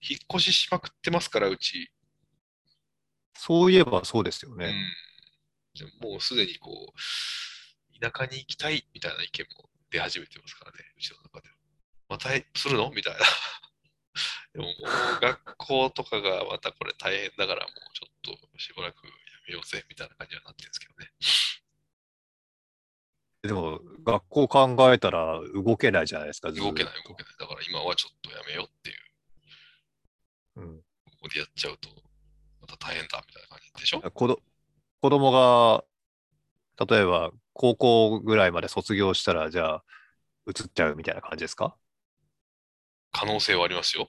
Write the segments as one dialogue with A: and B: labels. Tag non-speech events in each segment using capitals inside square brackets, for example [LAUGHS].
A: 引っ越ししまくってますから、うち。
B: そういえばそうですよ
A: う
B: ね。
A: ん。じゃあもうすでにこう、田舎に行きたいみたいな意見も出始めてますからね、うちの中では。またするのみたいな。 [LAUGHS] でももう学校とかがまたこれ大変だから、もうちょっとしばらくやめようぜみたいな感じにはなってるんですけどね。
B: でも、学校考えたら動けないじゃないですか、ずーっ
A: 動
B: と
A: けない動けない。だから今はちょっとやめようっていう、
B: うん
A: ここでやっちゃうと、また大変だみたいな感じでしょ
B: 子ど子供が、例えば高校ぐらいまで卒業したら、じゃあ、移っちゃうみたいな感じですか
A: 可能性はありますよ。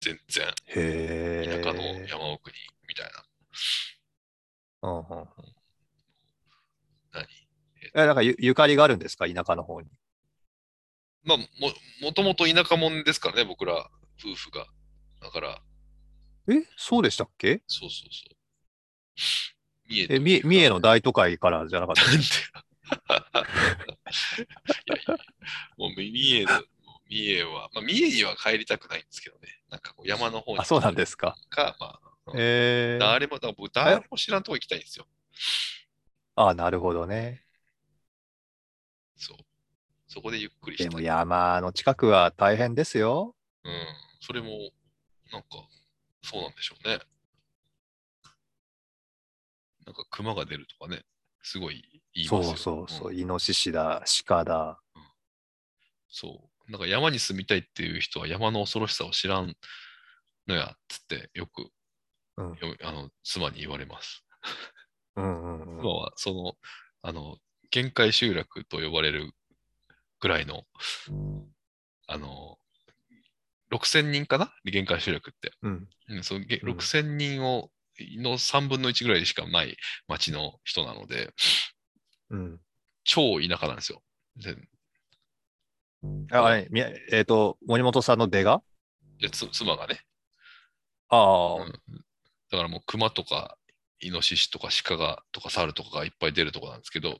A: 全然。
B: へ
A: 田
B: え。
A: 舎の山奥に、みたいな。
B: うんうん
A: 何
B: え、なんかゆゆかりがあるんですか、田舎の方に。
A: まあ、も、もともと田舎者ですからね、僕ら、夫婦が。だから、
B: え、そうでしたっけ
A: そうそうそう。三重と
B: え、三重
A: [LAUGHS]
B: 三重の大都会からじゃなかった
A: なんて。いやいや、もう三重の、三重は、まあ、三重には帰りたくないんですけどね。なんかこう山の方に。
B: あ、そうなんですか。
A: か、まあ、
B: えー、
A: 誰も、だから僕誰も知らんとこ行きたいんですよ。
B: あ、なるほどね。
A: そう。そこでゆっくり
B: で
A: した
B: も
A: い。
B: 山の近くは大変ですよ。
A: うん。それも、なんか、そうなんでしょうね。なんか、熊が出るとかね、すごい言いますよ
B: そうそうそう、
A: ん
B: イノシシだ、鹿だ。
A: そう。なんか、山に住みたいっていう人は山の恐ろしさを知らんのや、つって、よく、
B: うん
A: よあの妻に言われます。
B: うんうんうん
A: 妻は、その、あの、限界集落と呼ばれるぐらいの、あの、6000人かな限界集落って。
B: うん。
A: うんそうげ
B: うん
A: 6000人をの3分の1ぐらいしかない町の人なので、
B: うん。
A: 超田舎なんですよ。で
B: ああれ、みえっ、と、森本さんの出が
A: でつ妻がね、
B: あ
A: う
B: あ、
A: んだからもう熊とかイノシシとか鹿がとか猿とかがいっぱい出るとこなんですけど、
B: へ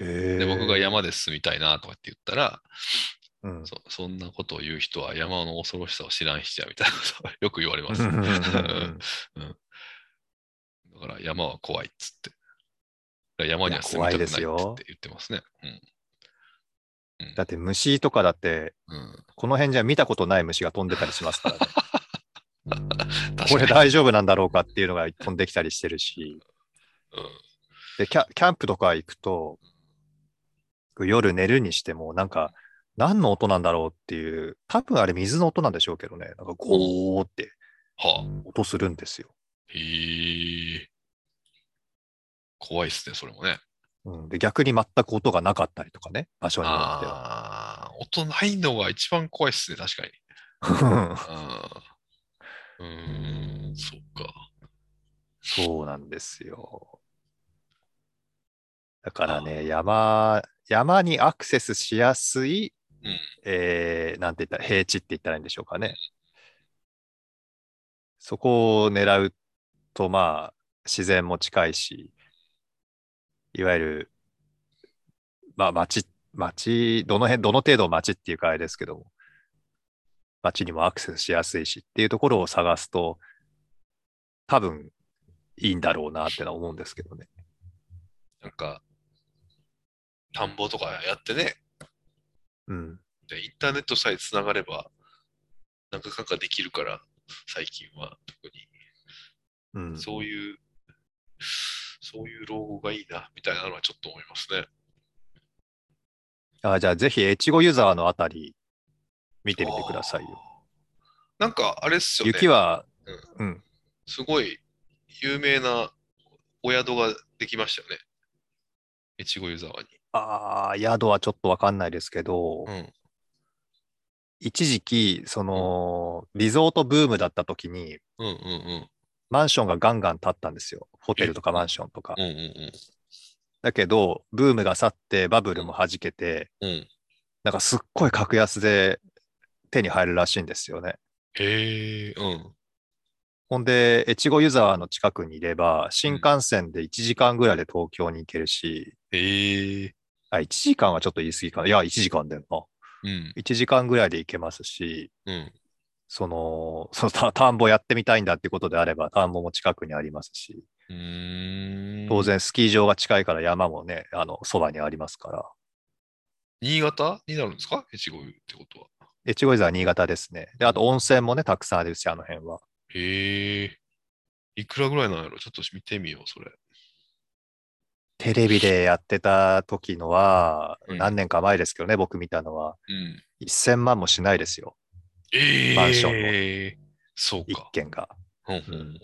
B: え。
A: で僕が山で住みたいなとかって言ったら、
B: うん、
A: そそんなことを言う人は山の恐ろしさを知らん人やみたいなことをよく言われます。[LAUGHS]
B: う
A: うん
B: うんうんうん
A: んだから山は怖いっつって。だから山には住みたくないっつっ
B: いや怖い
A: て言ってますね。
B: だって虫とかだって、
A: うんうん
B: この辺じゃ見たことない虫が飛んでたりしま
A: [LAUGHS]
B: すからね。
A: 確かに
B: これ大丈夫なんだろうかっていうのが飛んできたりしてるし。
A: う
B: で、キャキャンプとか行くと、夜寝るにしても、なんか、何の音なんだろうっていう、多分あれ水の音なんでしょうけどね、なんかゴーって
A: ん。はあ。
B: 音するんですよ。
A: へえ。怖いっすね、それもね。
B: うん、で逆に全く音がなかったりとかね、場所によっては。
A: ああ、音ないのが一番怖いっすね、確かに。
B: [LAUGHS]
A: あーうーん、そっか。
B: そうなんですよ。だからね、山、山にアクセスしやすい、
A: うん
B: えーなんて言ったら、平地って言ったらいいんでしょうかね。そこを狙うと、まあ、自然も近いし、いわゆる、まあ、町、町、どの辺、どの程度町っていうかあれですけども、町にもアクセスしやすいしっていうところを探すと、多分、いいんだろうなってのは思うんですけどね。
A: なんか、田んぼとかやってね、
B: うん。
A: でインターネットさえつながれば、なんかかんかできるから、最近は特に。
B: うん、
A: そういう、そういう老後がいいな、みたいなのはちょっと思いますね。
B: あじゃあ、ぜひ、越後湯沢のあたり、見てみてくださいよ。
A: あー。なんか、あれっすよね。
B: 雪は、うん、
A: すごい有名なお宿ができましたよね。越後湯沢に。
B: ああ、宿はちょっとわかんないですけど、
A: うん。
B: 一時期、その、リゾートブームだった時に、
A: うんうんうん。
B: マンションがガンガン建ったんですよ。ホテルとかマンションとか
A: う。んうん
B: だけど、ブームが去って、バブルも弾けて、
A: うん。うん。
B: なんかすっごい格安で手に入るらしいんですよね。
A: へえ、うん。
B: ほんで、越後湯沢の近くにいれば、新幹線で1時間ぐらいで東京に行けるし、
A: へえ、
B: あ、1時間はちょっと言い過ぎかな。いや、1時間だよな。
A: うん
B: 1時間ぐらいで行けますし、
A: うん。
B: その、その田田んぼやってみたいんだってことであれば、田んぼも近くにありますし、
A: うーん。
B: 当。然スキー場が近いから山もね、あの、そばにありますから。
A: 新潟になるんですか越後湯ってことは。
B: 越後湯沢新潟ですね。で、あと温泉もね、たくさんあるし、あの辺は。
A: へえ。いくらぐらいなんやろちょっと見てみよう、それ。
B: テレビでやってた時のは、
A: うん
B: 何年か前ですけどね、僕見たのは、
A: うん。
B: 1000万もしないですよ、
A: ええ。
B: マンション
A: そう
B: 一
A: か。
B: 軒が。
A: うんう。
B: うんん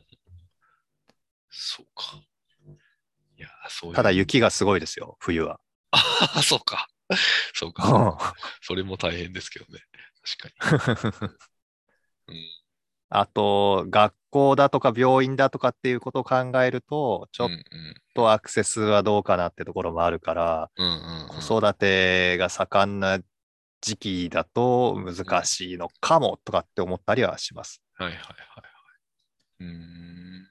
A: そうか。いや、そういう。
B: ただ。雪がすごいですよ、冬は。
A: あそうか。そうか。それも大変ですけどね。確かに。うん。
B: あと、学校だとか病院だとかっていうことを考えると、ちょっ
A: うん
B: とアクセスはどうかなってところもあるから、
A: うんうんうんうん。
B: 子育てが盛んな時期だと難しいのかもとかって思ったりはします。
A: はいはいはいはい。うーん。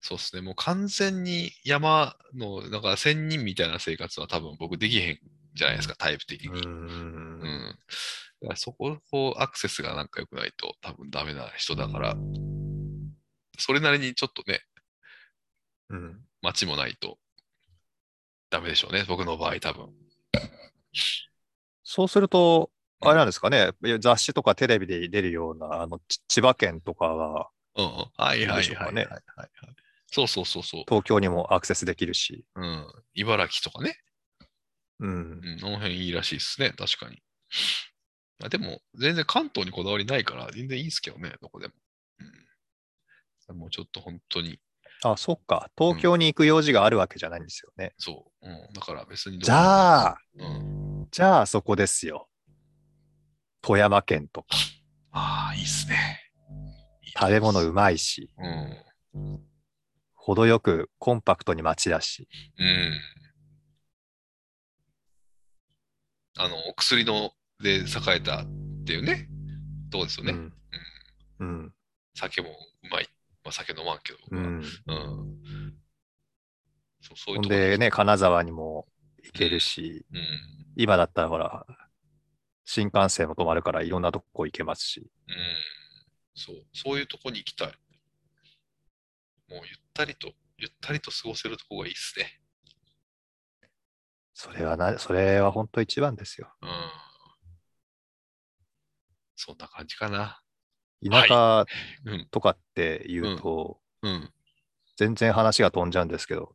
A: そうですね。もう完全に山の、なんか仙人みたいな生活は多分僕できへんじゃないですか、タイプ的に。
B: う
A: うん。
B: ん
A: だからそこ、こう、アクセスがなんか良くないと多分ダメな人だから、それなりにちょっとね、
B: うん
A: 街もないとダメでしょうね。僕の場合多分。
B: そうすると、
A: うん
B: あれなんですかね、いや雑誌とかテレビで出るような、あの、ち千葉県とかは
A: うんうん。はいはい
B: いいでしょう
A: は
B: か
A: い
B: ね
A: はいはいはい。そうそうそうそう。
B: 東京にもアクセスできるし、
A: うん。茨城とかね。
B: うん
A: う。ん、あの辺いいらしいですね、確かに。あでも、全然関東にこだわりないから、全然いいですけどね、どこでも。うん、もうちょっと本当に、
B: あ、そっか。東京に行く用事があるわけじゃないんですよね。
A: そう。うん、だから別にどこ
B: じゃあ、
A: でも、うん、
B: じゃあそこですよ。富山県とか、
A: ああ、いいっすね。いいと
B: 食
A: 思い
B: べ
A: ます
B: 物うまいし、
A: うん。
B: 程よくコンパクトに町だし。
A: うん。あの、お薬ので栄えたっていうね、どうですよね。
B: うん。うん。
A: 酒もうまい。まあ、酒飲まんけど、僕
B: う
A: は
B: ん。
A: うん。そうそういう
B: ほ
A: んところ
B: でね、金沢にも行けるし、
A: うん。
B: 今だったらほら、新幹線も止まるからいろんなとこ行けますし。
A: うん、そう、そういうとこに行きたい。もうゆったりと、ゆったりと過ごせるとこがいいっすね。
B: それはな、それは本当一番ですよ。
A: うん。そんな感じかな。
B: 田舎
A: うん、
B: とかって言うと、
A: うん。
B: 全然話が飛んじゃうんですけど、